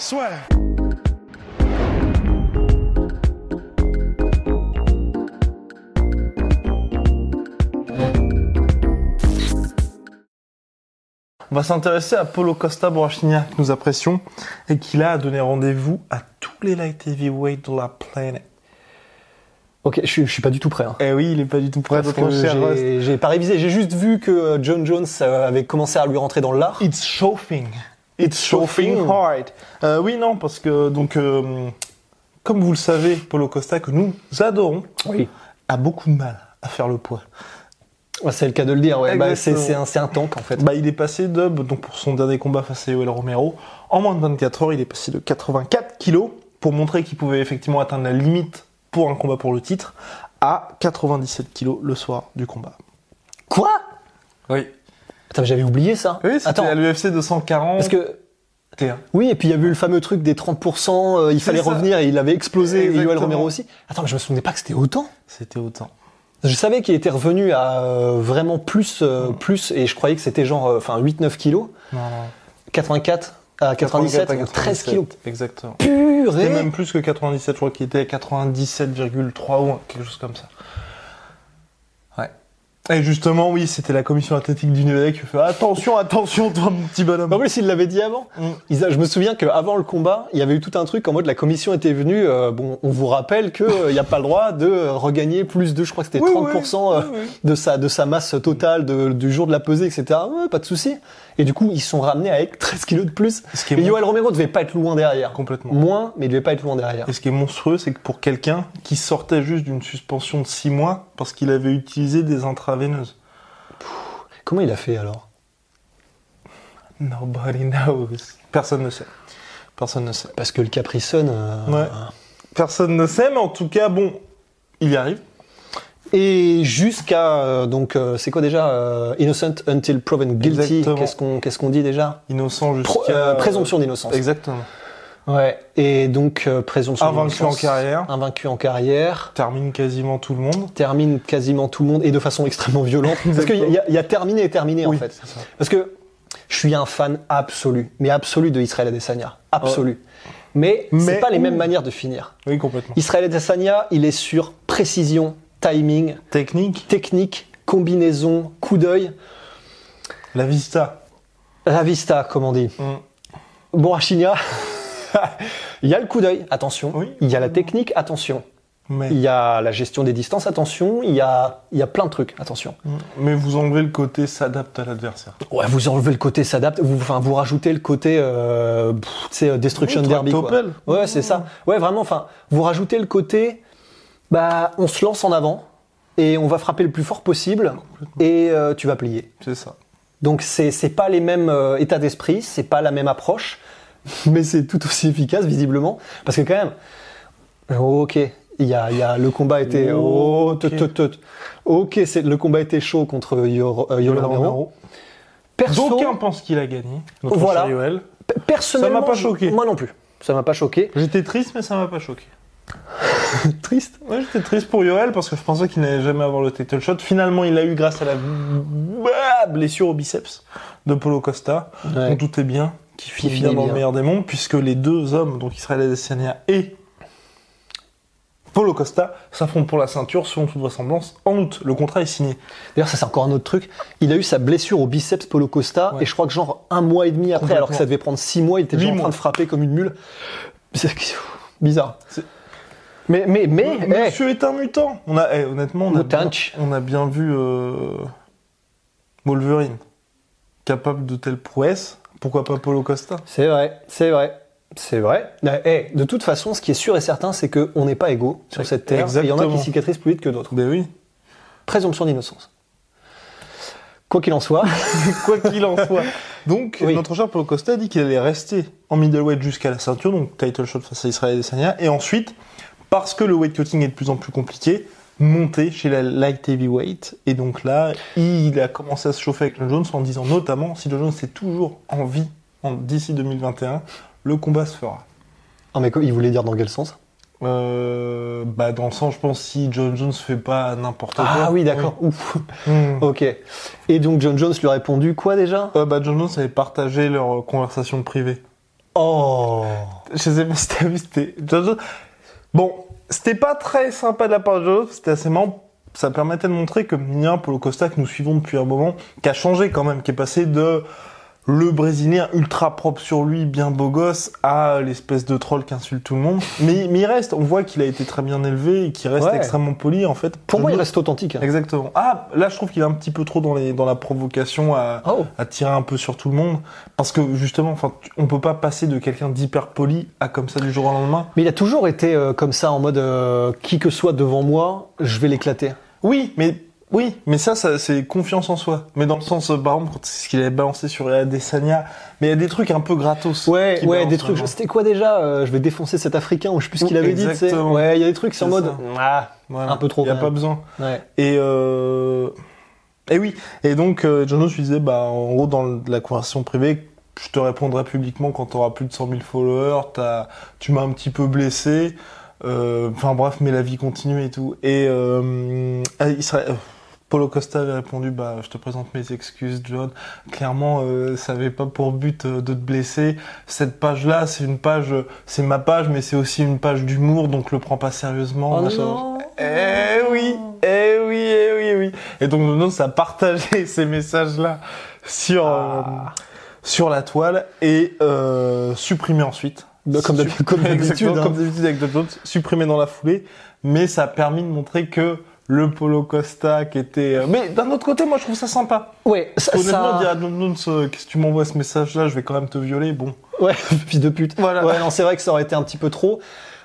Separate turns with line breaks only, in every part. swear.
On va s'intéresser à Paulo Costa Borrachnia que nous apprécions et qui a donné rendez-vous à tous les light heavyweight de la planète.
Ok, je, suis- je suis pas du tout prêt. hein.
Eh oui, il est pas du tout prêt, euh,
Parce
mon
que
cher Rust.
j'ai- j'ai pas révisé, j'ai juste vu que euh, John Jones euh, avait commencé à lui rentrer dans l'art.
It's chauffing. It's
chauffing.
chauffing hard. Euh, oui, non, parce que donc euh, comme vous le savez, Paulo Costa que nous adorons
Oui.
a beaucoup de mal à faire le poids.
Ouais, c'est le cas de le dire, ouais. Bah, c'est
Exactement.
c'est un, c'est un tank en fait.
Bah, il est passé de donc pour son dernier combat face à Yoel Romero en moins de 24 heures, il est passé de 84 kilos pour montrer qu'il pouvait effectivement atteindre la limite pour un combat pour le titre à 97 kilos le soir du combat.
Quoi
Oui.
Attends, j'avais oublié ça.
Oui, c'était
Attends,
à l'UFC 240.
parce que
T1.
oui, et puis il y a eu le fameux truc des 30%, euh, il fallait
ça.
revenir et il avait explosé, et Yoel
Exactement.
Romero aussi. Attends, mais je me souvenais pas que c'était autant.
c'était autant.
Je savais qu'il était revenu à euh, vraiment plus, euh, plus, et je croyais que c'était genre euh, enfin 8-9 kilos.
Non, non.
84 à 97,
97,
13 kilos.
Exactement.
Purée
C'était même plus que 97, je crois qu'il était à 97,3 ou quelque chose comme ça. Ouais. Et justement, oui, c'était la commission athlétique du Nevada qui fait attention, attention, toi, mon petit bonhomme.
En plus, il l'avait dit avant.
Mm.
Ils a- je me souviens qu'avant le combat, il y avait eu tout un truc en mode la commission était venue. euh, bon, on vous rappelle qu'il n'y a pas le droit de euh, regagner plus de, je crois que c'était
Oui,
30%
oui,
euh,
oui, oui.
De, sa, de sa masse totale de- du jour de la pesée, etc. Ouais, pas de souci. Et du coup, ils sont ramenés avec 13 kilos de plus.
Ce qui est
Et
bon.
Yoel Romero devait pas être loin derrière.
Complètement.
Moins, mais il devait pas être loin derrière.
Et ce qui est monstrueux, c'est que pour quelqu'un qui sortait juste d'une suspension de 6 mois parce qu'il avait utilisé des intraveineuses.
Comment il a fait alors
Nobody knows. Personne ne sait. Personne ne sait.
Parce que le Capricone. euh,
Ouais. Personne ne sait, mais en tout cas, bon, il y arrive.
Et jusqu'à euh, donc euh, c'est quoi déjà euh, innocent until proven guilty
Exactement.
qu'est-ce qu'on qu'est-ce qu'on dit déjà
Innocent jusqu'à.
Pro- euh, présomption d'innocence.
Exactement.
Ouais. Et donc euh, présomption
Invaincu
d'innocence,
en carrière.
invaincu en carrière,
Termine quasiment tout le monde.
termine quasiment tout le monde et de façon extrêmement violente parce qu'il y, a- il y a- il y a terminé et terminé
Oui,
en fait.
c'est ça.
Parce que je suis un fan absolu, mais absolu de Israël Adesanya, absolu. Mais,
Mais
c'est pas les
où
mêmes manières de finir.
Oui, complètement.
Israël Adesanya, il est sur précision, timing,
Technique,
technique, combinaison, coup d'œil.
la vista.
La vista, comme on dit.
Mm.
Bon, Achinia, il y a le coup d'œil, attention.
Oui.
il y a la technique, attention.
Mais,
Il y a la gestion des distances, attention. Il y a, il y a plein de trucs, attention.
mais vous enlevez le côté s'adapte à l'adversaire.
Ouais, vous enlevez le côté s'adapte, vous, enfin, vous rajoutez le côté, euh, pff, tu sais, euh, destruction
Oui,
derby. quoi.
Tractopelle.
Ouais, c'est ça. Ouais, vraiment, enfin, vous rajoutez le côté, bah, on se lance en avant et on va frapper le plus fort possible et euh, tu vas plier.
C'est ça.
Donc c'est c'est pas les mêmes euh, états d'esprit, c'est pas la même approche, mais c'est tout aussi efficace visiblement parce que quand même, euh, ok, il y a, il y a- le combat était oh,
Ok.
tut, tut, tut. ok, c'est le combat était chaud contre Yo- euh, Yoel
Yoel
Romero.
Romero.
Perso,
D'aucuns pensent qu'il a gagné. notre
Voilà.
cher Yoel.
pe- personnellement,
ça m'a pas
je-
choqué.
Moi non plus, ça m'a pas choqué.
J'étais triste, mais ça m'a pas choqué.
Triste.
Ouais, j'étais triste pour Yoel parce que je pensais qu'il n'allait jamais avoir le title shot. Finalement, il l'a eu grâce à la bah, blessure au biceps de Polo Costa.
Ouais.
On doutait bien qu'il
Qui
finit bien
finit
dans le
bien.
meilleur des mondes puisque les deux hommes, donc Israël Adesanya et Polo Costa, s'affrontent pour la ceinture selon toute vraisemblance en août. Le contrat est signé.
D'ailleurs, ça c'est encore un autre truc. Il a eu sa blessure au biceps Polo Costa
Ouais.
et je crois que genre un mois et demi après, alors que ça devait prendre six mois, il était déjà
Huit
en
mois.
train de frapper comme une mule. C'est bizarre.
C'est-
Mais mais mais eh,
Monsieur est un mutant. On a, eh, honnêtement, on a, bien,
Mutanch.
on a bien vu euh, Wolverine, capable de telles prouesses. Pourquoi pas Polo Costa
c'est vrai, c'est vrai. C'est vrai. Eh, eh, de toute façon, ce qui est sûr et certain, c'est qu'on n'est pas égaux sur cette terre. et Il y en a
Exactement.
qui cicatrisent plus vite que d'autres.
Ben oui.
Présomption d'innocence. Quoi qu'il en soit,
quoi qu'il en soit. Donc,
Oui.
notre cher Paulo Costa a dit qu'il allait rester en middleweight jusqu'à la ceinture, donc title shot face à Israël Adesanya, et ensuite, parce que le weight cutting est de plus en plus compliqué, monter chez la light heavyweight. Et donc là, il a commencé à se chauffer avec John Jones en disant notamment, si John Jones est toujours en vie en- d'ici 2021, le combat se fera.
non mais quoi, il voulait dire dans quel sens
Euh, bah dans le sens, je pense, si John Jones fait pas n'importe quoi.
Ah oui, d'accord. Ouf.
Oui. Hmm.
Ok. Et donc John Jones lui a répondu quoi déjà
Euh, bah, John Jones avait partagé leur euh, conversation privée.
Oh.
Je sais pas si t'as vu, c'était. John Jones- Bon, c'était pas très sympa de la part de John Jones, c'était assez marrant. Ça permettait de montrer que Mia Polo Costa, que nous suivons depuis un moment, qui a changé quand même, qui est passé de le Brésilien ultra propre sur lui, bien beau gosse, à l'espèce de troll qui insulte tout le monde. Mais, mais il reste, on voit qu'il a été très bien élevé et qu'il reste
Ouais.
extrêmement poli en fait.
Pour
John
moi, il
Jones-
reste authentique. hein.
Exactement. Ah, là, je trouve qu'il est un petit peu trop dans, les, dans la provocation à,
Oh.
à tirer un peu sur tout le monde. Parce que justement, enfin, tu- on peut pas passer de quelqu'un d'hyper poli à comme ça du jour au lendemain.
Mais il a toujours été euh, comme ça, en mode euh, qui que soit devant moi, je vais l'éclater.
Oui, mais oui, mais ça, ça c'est confiance en soi. Mais dans le sens, euh, par exemple, quand c'est ce qu'il avait balancé sur Adesanya, mais il y a des trucs un peu gratos.
Ouais,
qui
ouais,
balancent
des trucs.
maintenant.
C'était quoi déjà euh, Je vais défoncer cet Africain ou je sais plus ce qu'il
Oui,
avait dit. tu sais.
exactement.
Ouais, il y a des trucs, c'est en
C'est
mode
ça.
ah,
Voilà.
un peu trop.
Il y a
quand
pas
même.
besoin.
Ouais.
Et euh... et oui. Et donc, euh, Jono, je lui disais, bah, en gros, dans le- la conversation privée, je te répondrai publiquement quand tu auras plus de 100 000 followers, t'as- tu m'as un petit peu blessé. Euh, Enfin bref, mais la vie continue et tout. Et euh, ah, il serait- euh, Paulo Costa avait répondu, bah, je te présente mes excuses, John. Clairement, euh, ça n'avait pas pour but euh, de te blesser. Cette page-là, c'est une page, c'est ma page, mais c'est aussi une page d'humour, donc le prends pas sérieusement.
Oh
machin.
non.
Eh oui, eh oui, eh oui, eh oui. Et donc Nonos a partagé ces messages-là sur
Ah.
euh, sur la toile et euh, supprimé ensuite.
Bah, comme d'habi-
Sup-
comme d'habitude,
Exactement,
hein.
comme d'habitude avec Doc Jones, supprimé dans la foulée, mais ça a permis de montrer que le Polo Costa qui était. euh, Mais d'un autre côté, moi je trouve ça sympa.
Ouais, ça.
Honnêtement,
ça-
dire à Doc Jones, euh, qu'est-ce que tu m'envoies ce message-là, je vais quand même te violer. Bon,
Ouais, fils de pute.
Voilà.
Ouais, non, c'est vrai que ça aurait été un petit peu trop.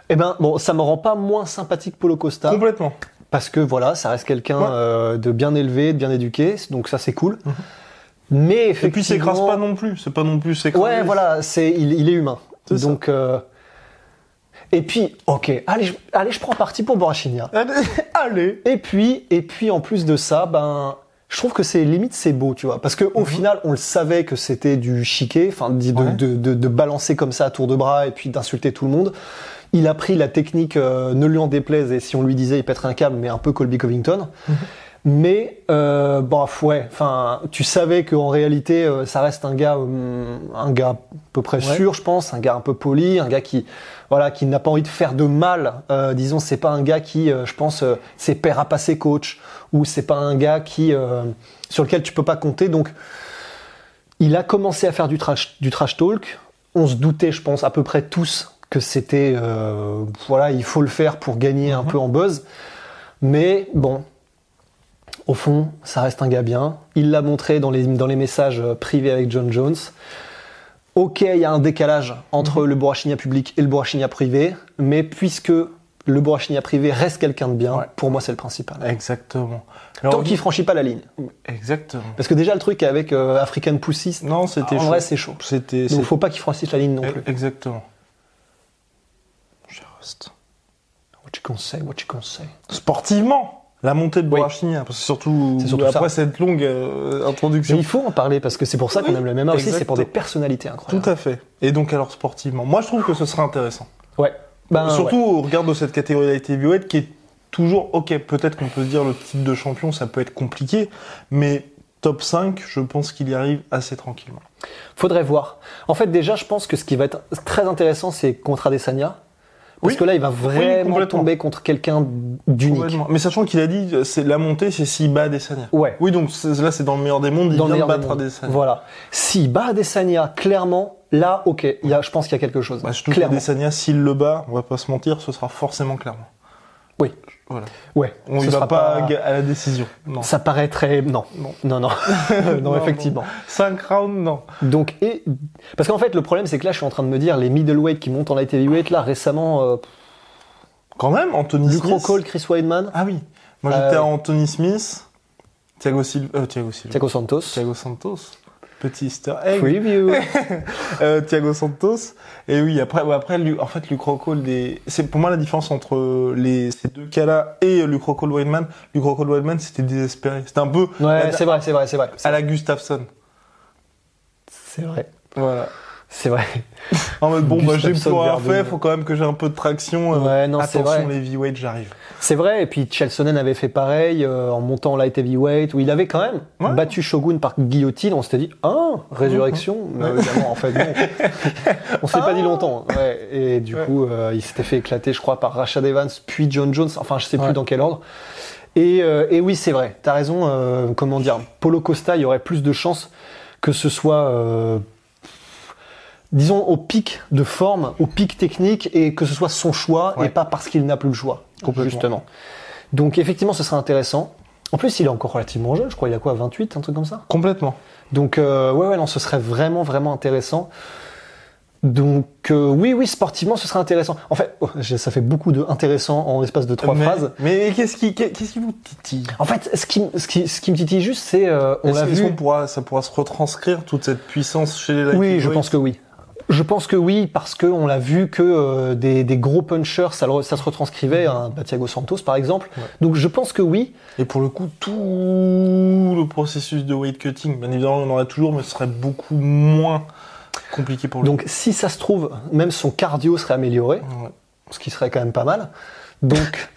Eh ben, bon, ça me rend pas moins sympathique Polo Costa.
complètement.
Parce que voilà, ça reste quelqu'un
Ouais. Mhm.
euh, de bien élevé, de bien éduqué. Donc ça, c'est cool. Mais effectivement.
Et puis il s'écrase pas non plus, c'est pas non plus s'écraser.
Ouais, voilà, c'est il, il est humain.
C'est ça.
Donc. euh, Et puis, ok, allez, je, allez, je prends parti pour Borachinia.
Allez, allez.
Et puis, et puis en plus de ça, ben, je trouve que c'est limite c'est beau, tu vois, parce que au final, on le savait que c'était du chiquet, enfin, de, de-
Ouais.
de, de- de balancer comme ça à tour de bras et puis d'insulter tout le monde. Il a pris la technique, euh, ne lui en déplaise, et si on lui disait, il pèterait un câble, mais un peu Colby Covington. Mais euh, bah ouais, enfin, tu savais qu'en réalité, euh, ça reste un gars, euh, un gars à peu près sûr, je pense, un gars un peu poli, un gars qui, voilà, qui n'a pas envie de faire de mal. Euh, disons, c'est pas un gars qui, euh, je pense, euh, c'est père à passer coach, ou c'est pas un gars qui, euh, sur lequel tu peux pas compter. Donc, il a commencé à faire du trash, du trash talk. On se doutait, je pense, à peu près tous que c'était, euh, voilà, il faut le faire pour gagner un peu en buzz. Mais bon, au fond, ça reste un gars bien. Il l'a montré dans les, dans les messages euh, privés avec John Jones. Ok, il y a un décalage entre le Borachinia public et le Borachinia privé, mais puisque le Borachinia privé reste quelqu'un de bien, pour moi c'est le principal.
Exactement.
Tant
Alors,
qu'il franchit pas la ligne.
Exactement.
Parce que déjà le truc avec euh, African Pussy, c-
Non, c'était
en
chaud.
vrai c'est chaud.
C'était.
Donc
c'est-
faut pas qu'il franchisse la ligne non plus.
Exactement. Cher Rust.
What you conseil, what you conseil.
Sportivement, la montée de
Oui.
Borachinia, parce que surtout,
C'est surtout
après
ça.
cette longue euh, introduction.
Mais il faut en parler parce que c'est pour ça qu'on
Oui,
aime le MMA aussi, c'est pour des
exactement.
personnalités
Tout
incroyables.
à fait. Et donc alors sportivement, moi je trouve que ce serait intéressant.
Ouais. Ben,
surtout
ouais.
au regard de cette catégorie light heavyweight qui est toujours ok. Peut-être qu'on peut se dire le titre de champion, ça peut être compliqué, mais top 5, je pense qu'il y arrive assez tranquillement.
Faudrait voir. En fait déjà je pense que ce qui va être très intéressant c'est contre Adesanya. Parce
Oui.
que là il va vraiment
complètement.
tomber contre quelqu'un d'unique.
Complètement. Mais sachant qu'il a dit, euh, c'est la montée, c'est s'il bat Adesanya.
Ouais.
Oui, donc c'est- là, c'est dans le meilleur des mondes, il vient
Dans le
de
meilleur des
battre
mondes.
Adesanya.
Voilà. Si bat Adesanya clairement, là ok, il y a, je pense qu'il y a quelque chose.
Bah, surtout
clairement.
qu'Adesanya, s'il le bat, on va pas se mentir, ce sera forcément clairement.
Oui.
Voilà.
Ouais.
On
Ce
ne va
sera
pas, ga- à la décision. Non.
Ça paraîtrait non.
Non.
Non non. non,
Non,
effectivement.
5 rounds, non.
Donc, et, parce qu'en fait, le problème, c'est que là, je suis en train de me dire, les middleweight qui montent en light heavyweight, là, récemment, euh,
Quand même, Anthony
Luke
Smith.
Rockhold, Chris Weidman.
Ah oui. Moi,
Ah
j'étais à
oui.
Anthony Smith. Thiago Silva. euh, Thiago Silva.
Thiago Santos.
Thiago Santos. Petit Easter egg.
Preview.
Euh, Thiago Santos. Et oui, après, ouais, après Lu- en fait, Luke Rockhold des c'est pour moi la différence entre euh, les, ces deux cas-là et euh, Luke Rockhold Wildman. Luke Rockhold Wildman, c'était désespéré. C'était un peu
Ouais,
la-
c'est vrai, c'est vrai, c'est vrai.
à la Gustafsson.
C'est vrai.
Voilà.
C'est vrai.
En mode, bon, bah, j'ai plus
Gustafsson
rien
Verdun.
fait, faut quand même que j'ai un peu de traction. euh,
Ouais, non, c'est
attention,
vrai.
les heavyweights, j'arrive.
C'est vrai, et puis Chelsonen avait fait pareil euh, en montant en light heavyweight, où il avait quand même
Ouais.
battu Shogun par guillotine. On s'était dit, ah, résurrection
Mhm.
Mais évidemment, en fait, non. On s'est pas
Ah.
dit longtemps. Ouais, et du coup, euh, il s'était fait éclater, je crois, par Rashad Evans, puis John Jones, enfin, je sais plus
Ouais.
dans quel ordre. Et, euh, et oui, c'est vrai, t'as raison, euh, comment dire, Polo Costa, il y aurait plus de chances que ce soit. euh, Disons au pic de forme, au pic technique, et que ce soit son choix
Ouais.
et pas parce qu'il n'a plus le choix.
Complètement.
Justement. Donc effectivement, ce serait intéressant. En plus, il est encore relativement jeune, je crois, il a quoi, 28, un truc comme ça
Complètement.
Donc euh, ouais, ouais, non, ce serait vraiment, vraiment intéressant. Donc euh, oui, oui, sportivement, ce serait intéressant. En fait, oh, j'ai- ça fait beaucoup de intéressant en l'espace de trois
mais,
phrases.
Mais qu'est-ce qui, qu'est-ce qui vous titille
En fait, ce qui, m- ce qui, ce qui me titille juste, c'est euh, on
Est-ce
l'a
est-ce
vu.
qu'on pourra, ça pourra se retranscrire toute cette puissance chez les
Oui,
lightweights
je pense que oui. Je pense que oui, parce que on l'a vu que euh, des, des gros punchers, ça, le- ça se retranscrivait, un Thiago Santos par exemple. Donc je pense que oui.
Et pour le coup, tout le processus de weight cutting, bien évidemment, on en a toujours, mais ce serait beaucoup moins compliqué pour lui.
Donc si ça se trouve, même son cardio serait amélioré,
Ouais.
ce qui serait quand même pas mal. Donc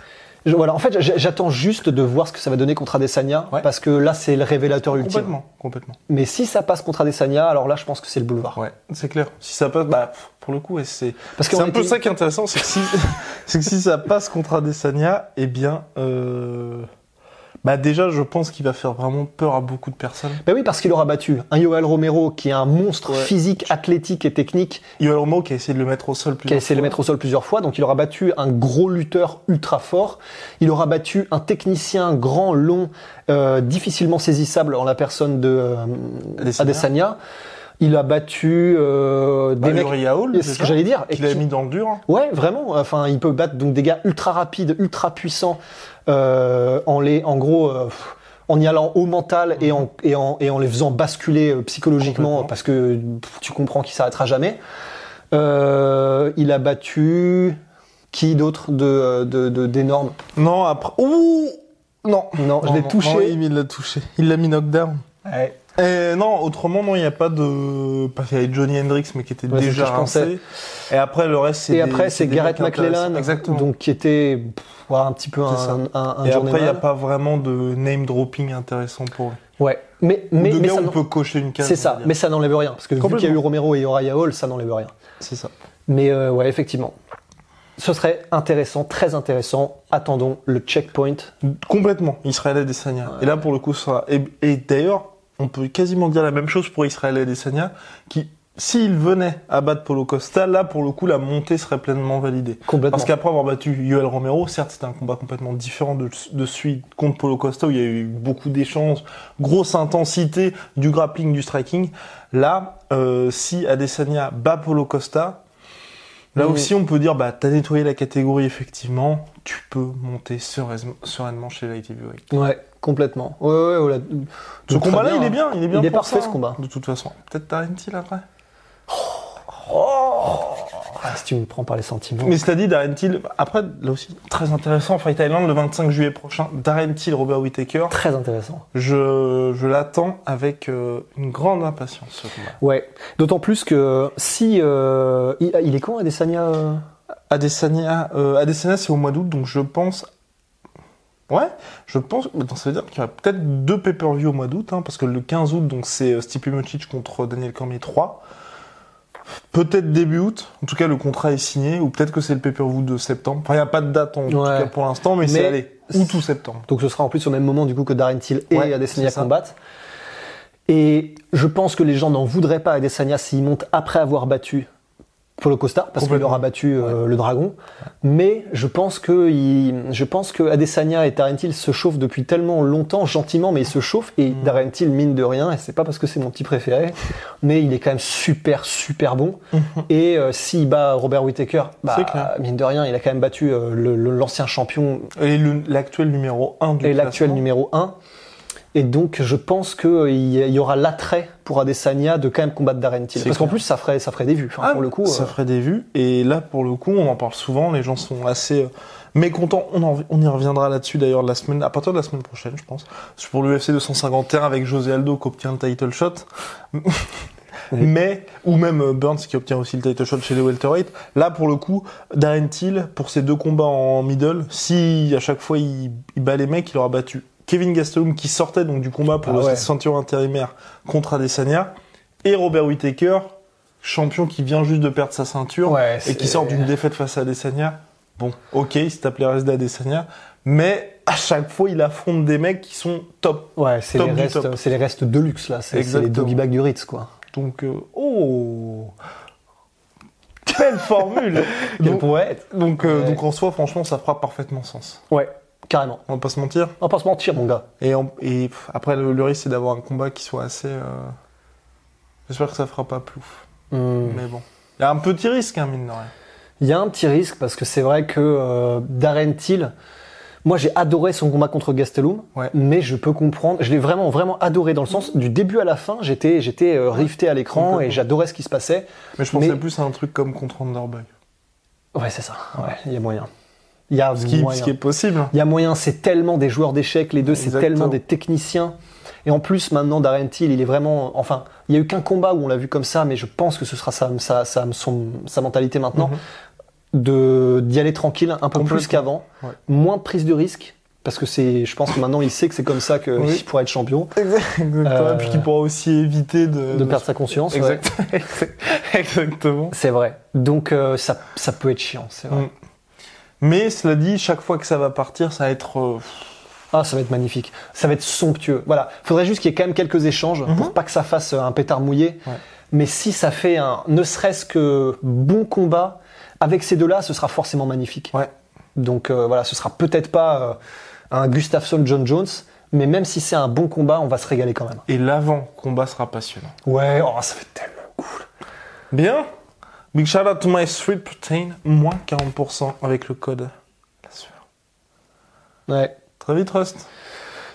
je- voilà, en fait, j- j'attends juste de voir ce que ça va donner contre Adesanya,
Ouais.
parce que là c'est le révélateur ultime.
complètement, complètement.
Mais si ça passe contre Adesanya, alors là je pense que c'est le boulevard.
Ouais, c'est clair. Si ça passe, bah, pff, pour le coup, et c'est
Parce
c'est
qu'on
un peu
était-
ça qui est intéressant, c'est que si, c'est que si ça passe contre Adesanya, eh bien, euh, bah déjà, je pense qu'il va faire vraiment peur à beaucoup de personnes.
Ben oui, parce qu'il aura battu un Yoel Romero qui est un monstre
Ouais.
physique, athlétique et technique,
Yoel Romo qui a essayé de le mettre au sol plus.
qui a essayé de le mettre au sol plusieurs fois. Donc il aura battu un gros lutteur ultra fort. Il aura battu un technicien grand, long, euh, difficilement saisissable en la personne de euh,
Adesanya.
Adesanya. Il a battu euh, des
Bah,
mecs.
Uriah Hall,
c'est ce
déjà,
que j'allais dire. Et
qu'il a
qui-
mis dans le dur.
Ouais, vraiment. Enfin, il peut battre donc des gars ultra rapides, ultra puissants, euh, en les, en gros, euh, pff, en y allant au mental et en et en et en les faisant basculer euh, psychologiquement
Complètement.
parce que pff, tu comprends qu'il s'arrêtera jamais. Euh, il a battu qui d'autre de euh, de de- d'énormes.
Non, après. Ouh Non.
Non, je l'ai touché.
non, il l'a touché. Il l'a mis knockdown. Euh, non, autrement, non, il n'y a pas de. Parce qu'il y avait Johnny Hendrix, mais qui était
Ouais, c'est ce
déjà
que je pensais.
rincé. Et après, le reste, c'est.
Et
des-
après, c'est
des
Gareth
mecs intéressants.
McLellan,
Exactement.
donc qui était pff, voilà, un petit peu
C'est ça.
un, un, un
et après, il n'y a
journeyman.
pas vraiment de name dropping intéressant pour lui.
Ouais, mais mais,
Mais, de
mais
gars
ça
où on
n'en-
peut cocher une case.
c'est
on va
ça,
dire.
mais ça n'enlève rien parce que vu qu'il y a eu
Complètement.
Romero et Uriah Hall, ça n'enlève rien.
C'est ça.
Mais euh, ouais, effectivement. Ce serait intéressant, très intéressant. Attendons le checkpoint.
Complètement. Israël Adesanya. Et là, pour le coup, ça. sera- Et, et d'ailleurs, on peut quasiment dire la même chose pour Israël Adesanya, qui, s'il venait à battre Polo Costa, là, pour le coup, la montée serait pleinement validée.
Complètement.
Parce qu'après avoir battu Yoel Romero, certes, c'était un combat complètement différent de, de celui contre Polo Costa, où il y a eu beaucoup d'échanges, grosse intensité du grappling, du striking. Là, euh, si Adesanya bat Polo Costa, là
Mm.
aussi, on peut dire, bah, t'as nettoyé la catégorie, effectivement, tu peux monter sereinement, sereinement chez Light Heavyweight.
Ouais, complètement. Ouais, ouais, ouais, la-
Ce
Donc, très
combat-là, il
hein.
est bien, il est bien
Il est
pour
parfait
ça,
ce
hein,
combat.
De toute façon, peut-être Darrentil après.
Ah, si tu me prends par les sentiments.
Mais cela dit, Darren Till, après, là aussi, très intéressant, Fight Island le 25 juillet prochain, Darren Till, Robert Whittaker,
Très intéressant.
je, je l'attends avec euh, une grande impatience ce combat.
Ouais. D'autant plus que si euh, il, il est con Adesanya. euh
Adesanya, euh, Adesanya c'est au mois d'août, donc je pense. Ouais, je pense. Attends, ça veut dire qu'il y aura peut-être deux pay-per-view au mois d'août, hein, parce que le 15 août, donc c'est euh, Stipe Miocic contre Daniel Cormier 3. Peut-être début août, en tout cas le contrat est signé, ou peut-être que c'est le pay-per-view de septembre. Enfin, il n'y a pas de date en tout
Ouais.
cas pour l'instant, mais, c'est
Mais-
allez, août ou septembre.
Donc ce sera en plus au même moment du coup que Darren Till et
Ouais,
Adesanya
c'est ça.
combattent. Et je pense que les gens n'en voudraient pas à Adesanya s'il monte après avoir battu Polo Costa parce qu'il
Complètement.
aura battu euh, le Dragon. Mais je pense que il- je pense que Adesanya et Darren Till se chauffent depuis tellement longtemps, gentiment, mais ils se chauffent et
Mm.
Darren Till mine de rien. Et c'est pas parce que c'est mon petit préféré, mais il est quand même super super bon. et euh, s'il bat Robert Whittaker, bah,
Mm-hmm. C'est clair.
mine de rien, il a quand même battu euh, le- le- l'ancien champion
Et le- l'actuel numéro 1 du
et l'actuel
classement.
numéro 1. Et donc, je pense qu'il y, y aura l'attrait pour Adesanya de quand même combattre Darren Till.
C'est
Parce qu'en
clair.
plus, ça ferait, ça ferait des vues. Enfin,
Ah,
pour le coup,
ça
euh,
ferait des vues. Et là, pour le coup, on en parle souvent. Les gens sont assez euh, mécontents. On, en- on y reviendra là-dessus d'ailleurs la semaine, à partir de la semaine prochaine, je pense. C'est pour l'UFC 251 avec José Aldo qui obtient le title shot. Mais, ou même euh, Burns qui obtient aussi le title shot chez les welterweight. Là, pour le coup, Darren Till, pour ses deux combats en middle, si à chaque fois il, il bat les mecs, il aura battu Kevin Gastelum qui sortait donc du combat pour
Ah
la
ouais.
ceinture intérimaire contre Adesanya et Robert Whittaker, champion qui vient juste de perdre sa ceinture
Ouais,
et
c'est-
qui sort d'une défaite face à Adesanya. Bon, ok, il se tape les restes d'Adesanya, mais à chaque fois, il affronte des mecs qui sont top.
ouais, c'est
top
les,
du
restes,
top.
c'est les restes de luxe, là. C'est c'est les
Exactement.
doggy bags du Ritz, quoi.
Donc, euh, oh Belle formule
Quel
donc,
poète
donc, euh,
Ouais.
donc en soi, franchement, ça fera parfaitement sens.
Ouais, carrément.
On va pas se mentir.
On va pas se mentir, mon gars.
Et, en- et, pff, après, le, le risque, c'est d'avoir un combat qui soit assez... euh, J'espère que ça fera pas plouf.
Hmm.
Mais bon. Il y a un petit risque, hein, mine de rien.
Il y a un petit risque parce que c'est vrai que euh, Darren Till, moi j'ai adoré son combat contre Gastelum,
Ouais.
mais je peux comprendre, je l'ai vraiment vraiment adoré dans le sens du début à la fin, j'étais j'étais euh, rifté à l'écran et
Complètement.
j'adorais ce qui se passait.
Mais je pensais
Mais-
plus à un truc comme contre Underboy.
Ouais, c'est ça. Ouais, il y a moyen. Il y a
Ce qui,
moyen.
ce qui est possible.
Il y a moyen, c'est tellement des joueurs d'échecs, les deux, c'est
Exactement.
tellement des techniciens. Et en plus, maintenant, Darren Till, il est vraiment. Enfin, il n'y a eu qu'un combat où on l'a vu comme ça, mais je pense que ce sera sa, sa, sa, son- sa mentalité maintenant, de d'y aller tranquille, un peu plus
Mhm. Complètement.
qu'avant,
Ouais.
moins de prise de risque, parce que c'est. je pense que maintenant, il sait que c'est comme ça qu'il
Oui.
pourra être champion,
Exactement.
Euh,
Et puis qui pourra aussi éviter de,
de perdre sa conscience. ouais.
Euh, Exact- Exactement.
C'est vrai. Donc, euh, ça, ça peut être chiant, c'est vrai.
Mm. Mais cela dit, chaque fois que ça va partir, ça va être. euh,
Ah, ça va être magnifique. Ça va être somptueux. Voilà. Faudrait juste qu'il y ait quand même quelques échanges pour pas que ça fasse euh, un pétard mouillé.
Ouais.
Mais si ça fait un ne serait-ce que bon combat avec ces deux-là, ce sera forcément magnifique.
Ouais.
Donc euh, voilà, ce sera peut-être pas euh, un Gustafsson John Jones, mais même si c'est un bon combat, on va se régaler quand même.
Et l'avant-combat sera passionnant.
Ouais, oh, ça fait tellement cool.
Bien. Big shout out to my sweet protein. Moins 40% avec le code. La sueur.
Ouais.
Très vite, Rust.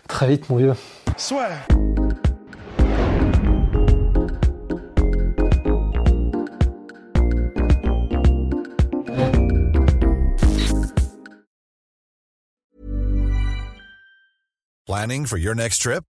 Très vite, mon vieux.
Swear.
Planning for your next trip?